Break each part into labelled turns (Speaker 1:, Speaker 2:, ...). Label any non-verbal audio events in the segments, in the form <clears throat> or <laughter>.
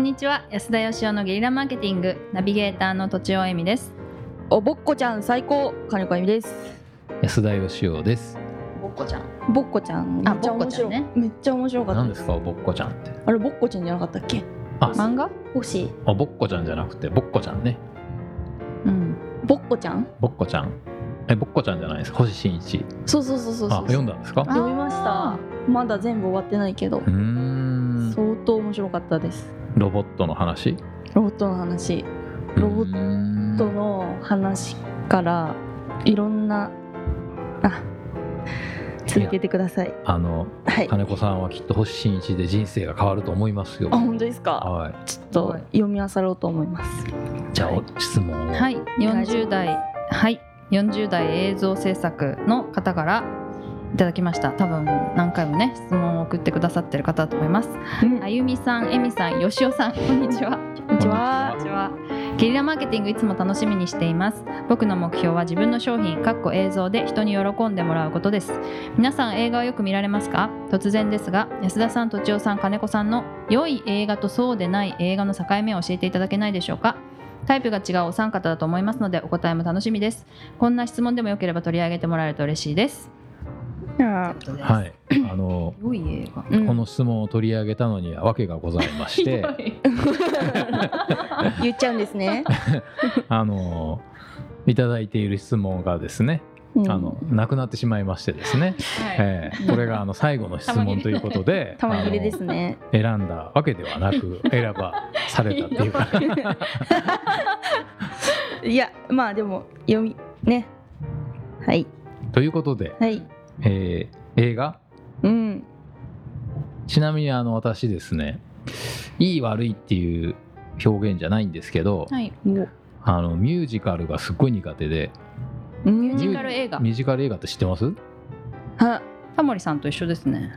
Speaker 1: にちは安田義雄のゲリラマーケティングナビゲーターのとちおえみです
Speaker 2: おぼっこちゃん最高金子由美です
Speaker 3: 安田義雄です。
Speaker 1: ぼっこちゃん
Speaker 2: ぼっこちゃん
Speaker 1: あ
Speaker 2: めっちゃ面
Speaker 1: ぼっこち
Speaker 2: 白い、
Speaker 1: ゃんね
Speaker 2: めっちゃ面白かった
Speaker 3: 何ですかおぼっこちゃんって。
Speaker 2: あれぼっこちゃんじゃなかったっけ
Speaker 3: あ、
Speaker 1: 漫画
Speaker 2: 星
Speaker 3: おぼっこちゃんじゃなくてぼっこちゃんね。
Speaker 1: うん
Speaker 2: ぼっこちゃん
Speaker 3: ぼっこちゃん。えぼっこちゃんじゃないです。星新一。
Speaker 2: そうそうそうそう
Speaker 3: あ
Speaker 2: そう
Speaker 3: 読んだんですか。
Speaker 2: 読みました
Speaker 1: あ
Speaker 2: まだ全部終わってないけど
Speaker 3: うーん。
Speaker 2: 相当面白かったです
Speaker 3: ロボットの話。
Speaker 2: ロボットの話ロボッロボッ
Speaker 3: ッ
Speaker 2: ト。の話からいろんなあ続けてください
Speaker 3: あの
Speaker 2: はい
Speaker 3: 金子さんはきっと星新一で人生が変わると思いますよ
Speaker 2: あ。本当ですか
Speaker 3: はい。
Speaker 2: ちょっと読み漁ろうと思います
Speaker 3: じゃあお質問を。。
Speaker 1: はいい40代はい40代映像制作の方からいただきました多分何回もね質問を送ってくださってる方だと思います
Speaker 2: うん
Speaker 1: あゆみさんえみさんよしおさんこんにちは
Speaker 2: こんにち
Speaker 1: こん
Speaker 2: は
Speaker 1: にちはゲリラマーケティングいつも楽しみにしています僕の目標は自分の商品かっこ映像で人に喜んでもらうことです皆さん映画をよく見られますか突然ですが安田さんとちおさん金子さんの良い映画とそうでない映画の境目を教えていただけないでしょうかタイプが違うお三方だと思いますのでお答えも楽しみですこんな質問でもよければ取り上げてもらえると嬉しいです
Speaker 2: あ
Speaker 3: はい
Speaker 2: <clears throat>
Speaker 3: い。あの。
Speaker 1: 良い映画
Speaker 2: うん
Speaker 3: この質問を取り上げたのには訳がございま
Speaker 2: <laughs>
Speaker 3: して、 <laughs>
Speaker 2: 言っちゃうんです <laughs> ね、
Speaker 3: あのいただいている質問がですね、
Speaker 2: うん
Speaker 3: あのなくなってしまいましてですね、ええこれがあの最後の質問というこ
Speaker 1: <laughs>
Speaker 3: とで、
Speaker 2: たま切れですね
Speaker 3: あの選んだわけではなく選ばされたっていうか、
Speaker 1: <laughs>
Speaker 2: いやまあでも読みねはい
Speaker 3: <laughs> ということで、
Speaker 2: はい
Speaker 3: えー映画
Speaker 2: うん
Speaker 3: ちなみにあの私ですね、いい悪いっていう表現じゃないんですけど、
Speaker 1: はい
Speaker 3: あのミュージカルがすっごい苦手で、
Speaker 2: ミュ
Speaker 1: ミュージカル映画
Speaker 3: ミュージカル映画って知ってます？
Speaker 2: あ
Speaker 1: タモリさんと一緒ですね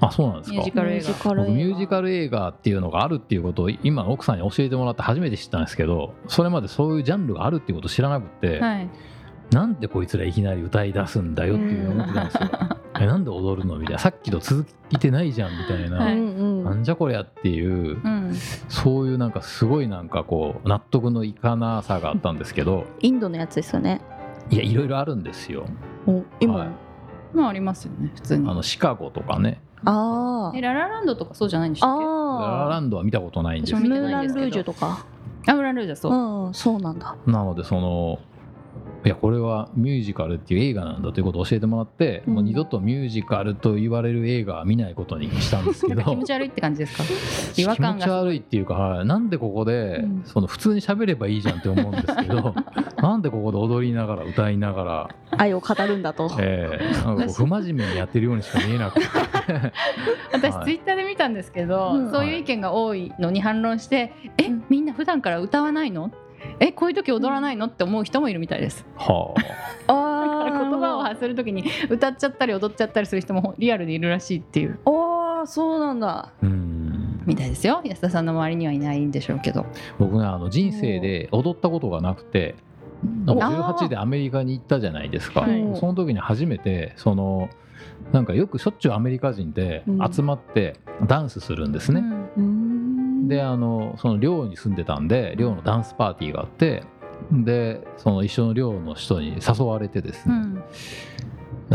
Speaker 3: あ、そうなんです
Speaker 1: ミュージ
Speaker 3: か。
Speaker 1: カル映画
Speaker 3: 僕ミュージカル映画っていうのがあるっていうことを今奥さんに教えてもらって初めて知ったんですけどそれまでそういうジャンルがあるっていうことを知らなくて、
Speaker 1: はい
Speaker 3: なんでこいつらいきなり歌い出すんだよっていう思ってたんですよ。えなんで踊るのみたいなさっきと続いてないじゃんみたいな、
Speaker 1: は
Speaker 2: う
Speaker 1: い
Speaker 2: んう
Speaker 3: なんんじゃこりゃっていう、
Speaker 1: うん
Speaker 3: そういうなんかすごいなんかこう納得のいかなさがあったんですけど
Speaker 2: インドのやつですよね
Speaker 3: いやいろいろあるんですよ。
Speaker 2: お今、
Speaker 3: はい
Speaker 1: まあありますよね普通に
Speaker 3: あのシカゴとかね
Speaker 2: あ
Speaker 1: えララランドとかそうじゃないんでし
Speaker 2: あ
Speaker 1: たっ
Speaker 3: ララ
Speaker 2: あ
Speaker 3: ランドは見たことないんです
Speaker 1: 私
Speaker 2: あ
Speaker 1: も
Speaker 3: け
Speaker 1: 見
Speaker 2: ム
Speaker 1: て
Speaker 2: ー
Speaker 1: ないんで
Speaker 2: ラン
Speaker 1: すけど
Speaker 2: ルージュとか
Speaker 1: けあムーランルージュそう、
Speaker 2: うんそうなんだ
Speaker 3: どなのでそのいやこれはミュージカルっていう映画なんだということを教えてもらって、
Speaker 2: うん
Speaker 3: もう二度とミュージカルと言われる映画は見ないことにしたんですけ
Speaker 1: な <laughs>
Speaker 3: ど
Speaker 1: んか気持ち悪いって感じ
Speaker 3: <laughs>
Speaker 1: ですか違和感
Speaker 3: 気持
Speaker 1: が
Speaker 3: ち悪いっていうか、はいなんでここで、
Speaker 2: うん
Speaker 3: その普通に喋ればいいじゃんって思うんですけ
Speaker 1: <laughs>
Speaker 3: どなんでここで踊りながら歌いなが
Speaker 2: 愛を語るんだと
Speaker 3: ら、えーなんかこう不真面目にやってるようにしか見えなくて
Speaker 1: 私
Speaker 3: はい
Speaker 1: ツイッターで見たんですけど、
Speaker 2: うん
Speaker 1: そういう意見が多いのに反論して、え
Speaker 2: うん
Speaker 1: みんな普段から歌わないのえこういう時踊らないのって思う人もいるみたいです
Speaker 3: は
Speaker 1: だか
Speaker 2: あ
Speaker 1: ら言葉を発する時に歌っちゃったり踊っちゃったりする人もリアルでいるらしいっていう
Speaker 2: をああそうなんだ
Speaker 3: あうん
Speaker 1: みたいですよ安田さんの周りにはいないんでしょうけど
Speaker 3: 僕ねあの人生で踊ったことがなくて
Speaker 2: お
Speaker 3: 18でアメリカに行ったじゃないですか、
Speaker 1: はい
Speaker 3: その時に初めてそのなんかよくしょっちゅうアメリカ人で集まってダンスするんですね、
Speaker 1: うん
Speaker 2: うん
Speaker 3: であのその寮に住んでたんで寮のダンスパーティーがあってでその一緒の寮の人に誘われてです
Speaker 1: う
Speaker 3: ね、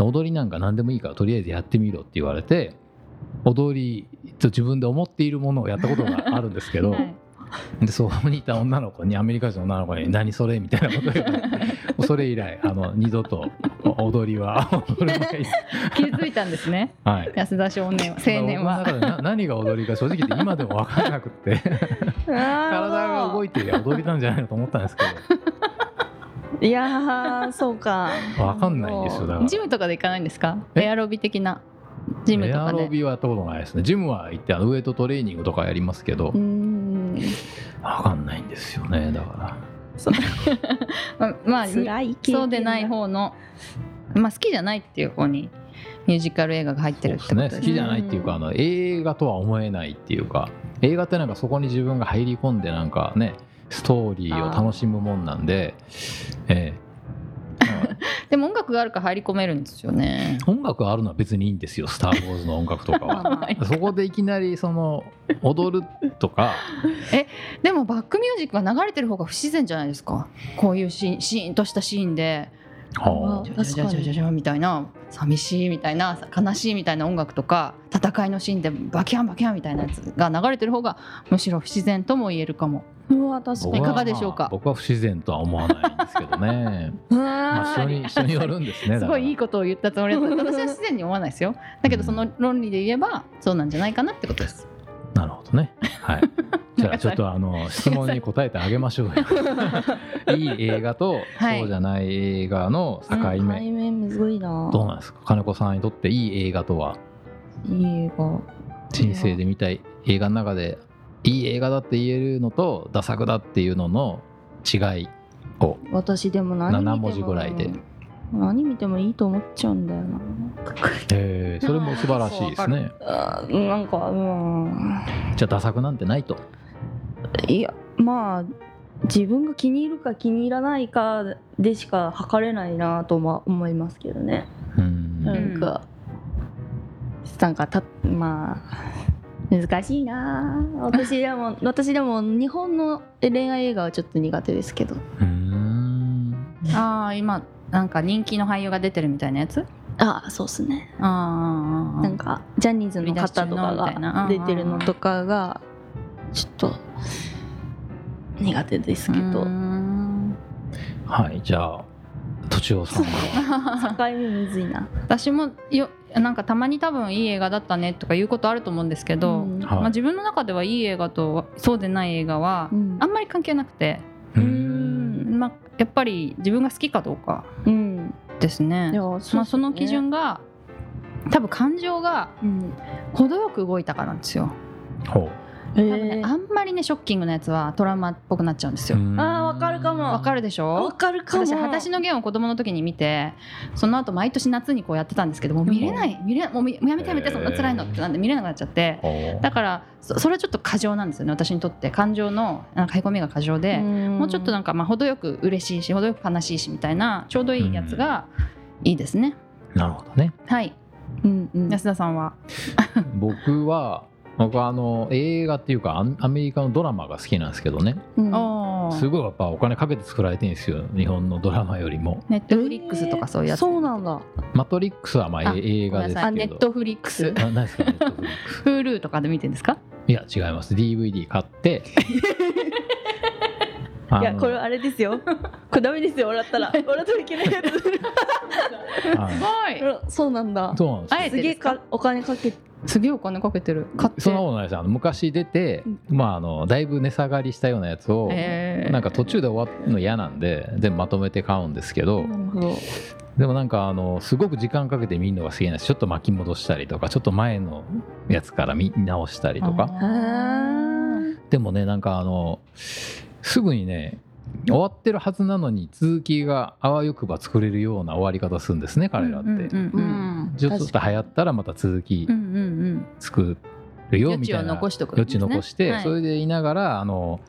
Speaker 1: ん
Speaker 3: 踊りなんか何でもいいからとりあえずやってみろって言われて踊りと自分で思っているものをやったことがあるんですけど、
Speaker 1: <laughs> はい
Speaker 3: でそこにいた女の子にアメリカ人の女の子に「何それ?」みたいなことを言われてもうそれ以来あの二度と踊りは踊れないです。
Speaker 1: 気づいたんです
Speaker 3: <laughs>
Speaker 1: ね
Speaker 3: はい
Speaker 1: 安田少年は青年は
Speaker 3: 僕の中でな何が踊りか正直言って今でも分からな
Speaker 1: <laughs>
Speaker 3: くって体
Speaker 2: 体
Speaker 3: が動
Speaker 2: い
Speaker 3: いて踊りなんじゃないのと思ったんですけど
Speaker 2: ていやーそうか
Speaker 3: わかんないんですよだから
Speaker 1: ジムとかで行かないんですか
Speaker 3: え
Speaker 1: エアロビ的なジムと
Speaker 3: エア
Speaker 1: か
Speaker 3: ロ
Speaker 1: で
Speaker 3: ビはやったことないですねジムは行ってあのウエイトトレーニングとかやりますけど、
Speaker 2: う
Speaker 3: 分
Speaker 2: ん
Speaker 3: かんないんですよねだか
Speaker 1: ままあ
Speaker 2: 辛い経験だ
Speaker 1: そうでない方のまあ好きじゃないっていう方にミュージカル映画が入っ
Speaker 3: ら
Speaker 1: て
Speaker 3: そう
Speaker 1: るっ
Speaker 3: で
Speaker 1: てことです
Speaker 3: すね好
Speaker 1: ね
Speaker 3: きじゃないっていうか、あの映画とは思えないっていうか映画ってなんかそこに自分が入り込んでなんかねストーリーを楽しむもんなんでええ
Speaker 1: でも音楽があるから入り込めるんですよね。
Speaker 3: 音楽あるのは別にいいんですよ「スター・ウォーズ」の音楽とか
Speaker 2: まあ
Speaker 1: <laughs>
Speaker 3: は。
Speaker 2: まあ
Speaker 3: そこでいきなりその踊ると
Speaker 1: <laughs>
Speaker 3: か
Speaker 1: でもバックミュージックが流れてる方が不自然じゃないですかこういうシーンシーンとしたシーンで
Speaker 3: は
Speaker 1: ジ
Speaker 2: 確
Speaker 1: ャ
Speaker 2: かに
Speaker 1: ジャジャジャジャジャみたいな寂しいみたいな悲しいみたいな音楽とか戦いのシーンでバキャンバキャンみたいなやつが流れてる方がむしろ不自然とも言えるかも
Speaker 2: うわ
Speaker 3: あ
Speaker 2: 確か
Speaker 3: 僕
Speaker 2: に
Speaker 3: は
Speaker 1: 僕いかがでしょうか
Speaker 3: まあ僕は不自然とは思わないんですけどね
Speaker 2: うわ
Speaker 3: まあ人に人によるんです
Speaker 1: <laughs>
Speaker 3: ね
Speaker 1: すごいいい
Speaker 3: こ
Speaker 1: ことを言ったつもりだった私は自然に思わないですよだけどその論理で言えばそうなんじゃないかなってことです
Speaker 3: となるほどねはいじゃあちょっとあの質問に答えてあげましょうよいい映画と
Speaker 1: はい
Speaker 3: そうじゃない映画の境目、
Speaker 2: 対面むずいな
Speaker 3: どうなんですか金子さんにとっていい映画とはい
Speaker 2: い映画
Speaker 3: 人生で見たい映画の中でいい映画だって言えるのとダ作だっていうのの違いを
Speaker 2: 私でも何見ても
Speaker 3: 7文字ぐらいで
Speaker 2: 何見てもいいと思っちゃうんだよな
Speaker 3: えーそれも素晴らしいですね
Speaker 2: あーなんかうん
Speaker 3: じゃあダ作なんてないと
Speaker 2: いやまあ自分が気に入るか気に入らないかでしか測れないなとは思いますけどね
Speaker 3: うん
Speaker 2: なんか、なんかたまあ難しいな私でも私でも日本の恋愛映画はちょっと苦手ですけど
Speaker 3: うん
Speaker 1: ああ今なんか人気の俳優が出てるみたいなやつ
Speaker 2: ああそうっすね
Speaker 1: ああ
Speaker 2: なんかジャニーズの
Speaker 1: 売
Speaker 2: 方と
Speaker 1: り出し中のみたい
Speaker 2: か
Speaker 1: な
Speaker 2: が出てるのとかがちょっと苦手ですけど境
Speaker 3: はいじゃあとちおさんは
Speaker 2: 目むずいな
Speaker 1: 私もよなんかたまに多分いい映画だったねとかいうことあると思うんですけど、
Speaker 2: ん
Speaker 1: まあ、
Speaker 3: はい
Speaker 1: 自分の中ではいい映画とそうでない映画は
Speaker 2: うん
Speaker 1: あんまり関係なくて、
Speaker 3: うん
Speaker 1: まあ、やっぱり自分が好きかどうか
Speaker 2: うん
Speaker 1: ですね
Speaker 2: いや。そうっすね
Speaker 1: まあ、その基準が多分感情が
Speaker 2: うん
Speaker 1: 程よく動いたかなんですよ。
Speaker 3: ほ
Speaker 2: え
Speaker 1: 多分ね、あんまりねショッキングなやつはトラウマっぽくなっちゃうんです
Speaker 3: う
Speaker 1: よ。
Speaker 3: うん
Speaker 2: あーわかるかも
Speaker 1: わかるでしょ
Speaker 2: わかるかも
Speaker 1: 私「裸足の弦」を子供の時に見てその後毎年夏にこうやってたんですけどもう見れない見れないもうみもうやめてやめて
Speaker 3: へー
Speaker 1: そんな辛いのってなんで見れなくなっちゃって
Speaker 3: ほう
Speaker 1: だからそそれはちょっと過剰なんですよね私にとって感情のなんかへこみが過剰で、も
Speaker 2: も
Speaker 1: うちょっとなんかまあ程よく嬉しいし程よく悲しいしみたいなちょうどいいやつがいいですね、
Speaker 3: なるほどね
Speaker 1: はい
Speaker 2: うんうん
Speaker 1: 安田さんは
Speaker 3: 僕は僕はあの映画っていうかアンアメリカのドラマが好きなんですけどね
Speaker 2: うん
Speaker 1: お
Speaker 3: すごいやっぱお金かけて作られてるんですよ日本のドラマよりも
Speaker 1: ネットフリックスとかそういうやつ、
Speaker 2: えーそうなんだ
Speaker 3: マトリックスはまあ
Speaker 1: あ
Speaker 3: え映画ですけど
Speaker 1: あネットフリックス
Speaker 3: あ何ですかネットフリックス
Speaker 1: Hulu とかで見てるんですか
Speaker 3: いや違います DVD 買って
Speaker 1: <laughs>
Speaker 3: あの
Speaker 2: いやこれあれですよ <laughs> これダメですよ笑っ
Speaker 1: <laughs>
Speaker 2: たら笑ったらいけないや
Speaker 3: はい
Speaker 1: すごい
Speaker 2: つ <laughs> そうなんだ
Speaker 3: そうなんです
Speaker 1: あえ
Speaker 2: す
Speaker 1: て
Speaker 2: げ
Speaker 1: で
Speaker 2: え
Speaker 1: すか
Speaker 2: かお金かけて
Speaker 1: すげえお金かけてる買って
Speaker 3: そんなことないですあの昔出て、まあ、あのだいぶ値下がりしたようなやつを、
Speaker 1: えー
Speaker 3: なんか途中で終わるの嫌なんで全部まとめて買うんですけど、
Speaker 2: なるほど
Speaker 3: でもなんかあのすごく時間かけて見るのが好きなんですちょっと巻き戻したりとかちょっと前のやつから見直したりとか
Speaker 1: あー
Speaker 3: でもねなんかあのすぐにね終わってるはずなのに続きがあわよくば作れるような終わり方するんですね彼らって、
Speaker 1: うんうんうん
Speaker 3: ちょっと流行ったらまた続き
Speaker 1: うんうんうん
Speaker 3: 作るよ
Speaker 1: 余
Speaker 3: み
Speaker 1: 地
Speaker 3: た
Speaker 1: を
Speaker 3: いな、
Speaker 1: 残しとくん
Speaker 3: 余
Speaker 1: です
Speaker 3: 地
Speaker 1: ね
Speaker 3: 残して、
Speaker 1: はい
Speaker 3: それでいながらあの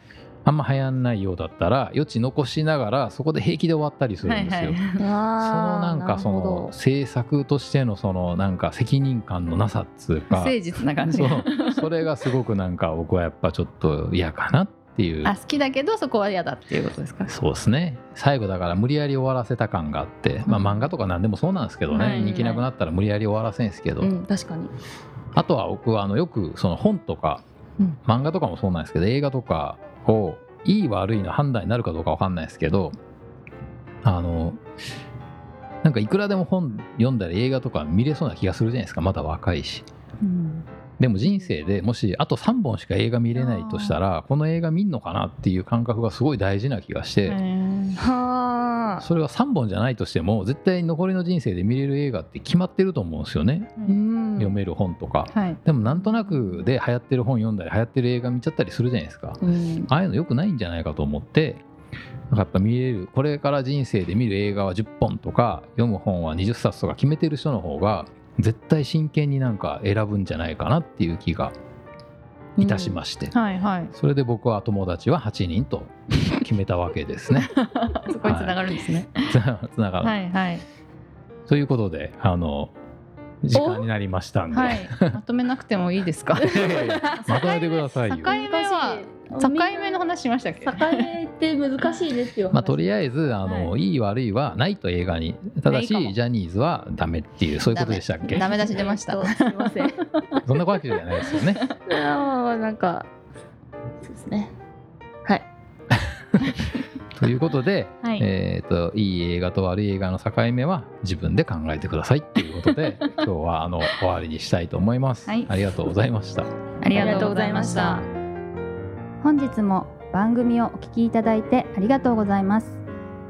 Speaker 3: あんま流行んないようだったら余地残しながらそこで平気で終わったりするんです
Speaker 1: は
Speaker 3: よ。
Speaker 1: いはい
Speaker 2: その
Speaker 3: そのなんかその制作としてのそのなんか責任感のなさっつう
Speaker 1: 不
Speaker 3: か
Speaker 1: 誠実な感じ
Speaker 3: そ
Speaker 1: が
Speaker 3: うそれがすごくなんか僕はやっぱちょっと嫌かなっていう
Speaker 1: あ好きだけどそこは嫌だっていうことですか
Speaker 3: そうですね最後だから無理やり終わらせた感があって、まあ、漫画とか何でもそうなんですけどね、
Speaker 1: はい
Speaker 3: 人気なくなったら無理やり終わらせんですけど、
Speaker 2: うん確かに
Speaker 3: あとは僕はあのよくその本とか、
Speaker 2: うん
Speaker 3: 漫画とかもそうなんですけど映画とかをいい悪いの判断になるかどうかわかんないですけどあのなんかいくらでも本読んだり映画とか見れそうな気がするじゃないですかまだ若いし
Speaker 1: うん
Speaker 3: でも人生でもしあと3本しか映画見れないとしたらこの映画見んのかなっていう感覚がすごい大事な気がして、
Speaker 2: はあ
Speaker 3: それは3本じゃないとしても絶対残りの人生で見れる映画って決まってると思うんですよね、
Speaker 2: うん
Speaker 3: 読める本とか。
Speaker 1: はい
Speaker 3: でもなんとなくで流行ってる本読んだり流行ってる映画見ちゃったりするじゃないですか
Speaker 2: うん
Speaker 3: ああいうの良くないんじゃないかと思ってなんかやっぱ見れるこれから人生で見る映画は10本とか読む本は20冊とか決めてる人の方が絶対真剣になんか選ぶんじゃないかなっていう気がいたしまして、
Speaker 1: はいはい
Speaker 3: それで僕は友達は8人と決めたわけですね
Speaker 1: <laughs> そこに繋がるんですね
Speaker 3: つながる、
Speaker 1: はいはい
Speaker 3: ということであの時間になりましたんで、
Speaker 1: はい、まとめなくてもいいです <laughs> か。
Speaker 3: <laughs> いやいやまとめてくださいよ
Speaker 1: 境。目は境目の話しましたっけ
Speaker 2: 境。目って難しいですよ
Speaker 3: まあ、とりあえずあの、、
Speaker 2: はい
Speaker 3: い悪いはないと映画にただ
Speaker 1: いい
Speaker 3: し
Speaker 1: かも
Speaker 3: ジャニーズはダメっていうそういうことでしたっけ
Speaker 1: ダメ出し出ました
Speaker 2: えっとすいませんい
Speaker 3: そんなわけじゃないです
Speaker 1: <laughs>
Speaker 3: よね
Speaker 2: や <laughs> まあなんかそうですねはい
Speaker 3: ということで、
Speaker 1: はい
Speaker 3: えっといい映画と悪い映画の境目は自分で考えてくださいっていうこ
Speaker 1: <laughs>
Speaker 3: とで今日はあの終わりにしたいと思います、
Speaker 1: はい
Speaker 3: ありがとうございました
Speaker 1: ありがとうございました。
Speaker 4: 本日も番組をお聞きいただいてありがとうございます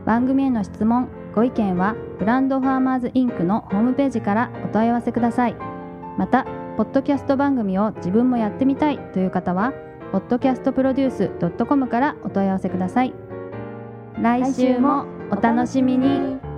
Speaker 4: 番組への質問ご意見はブランドファーマーズインクのホームページからお問い合わせくださいまたポッドキャスト番組を自分もやってみたいという方は podcastproduce.com からお問い合わせください来週もお楽しみに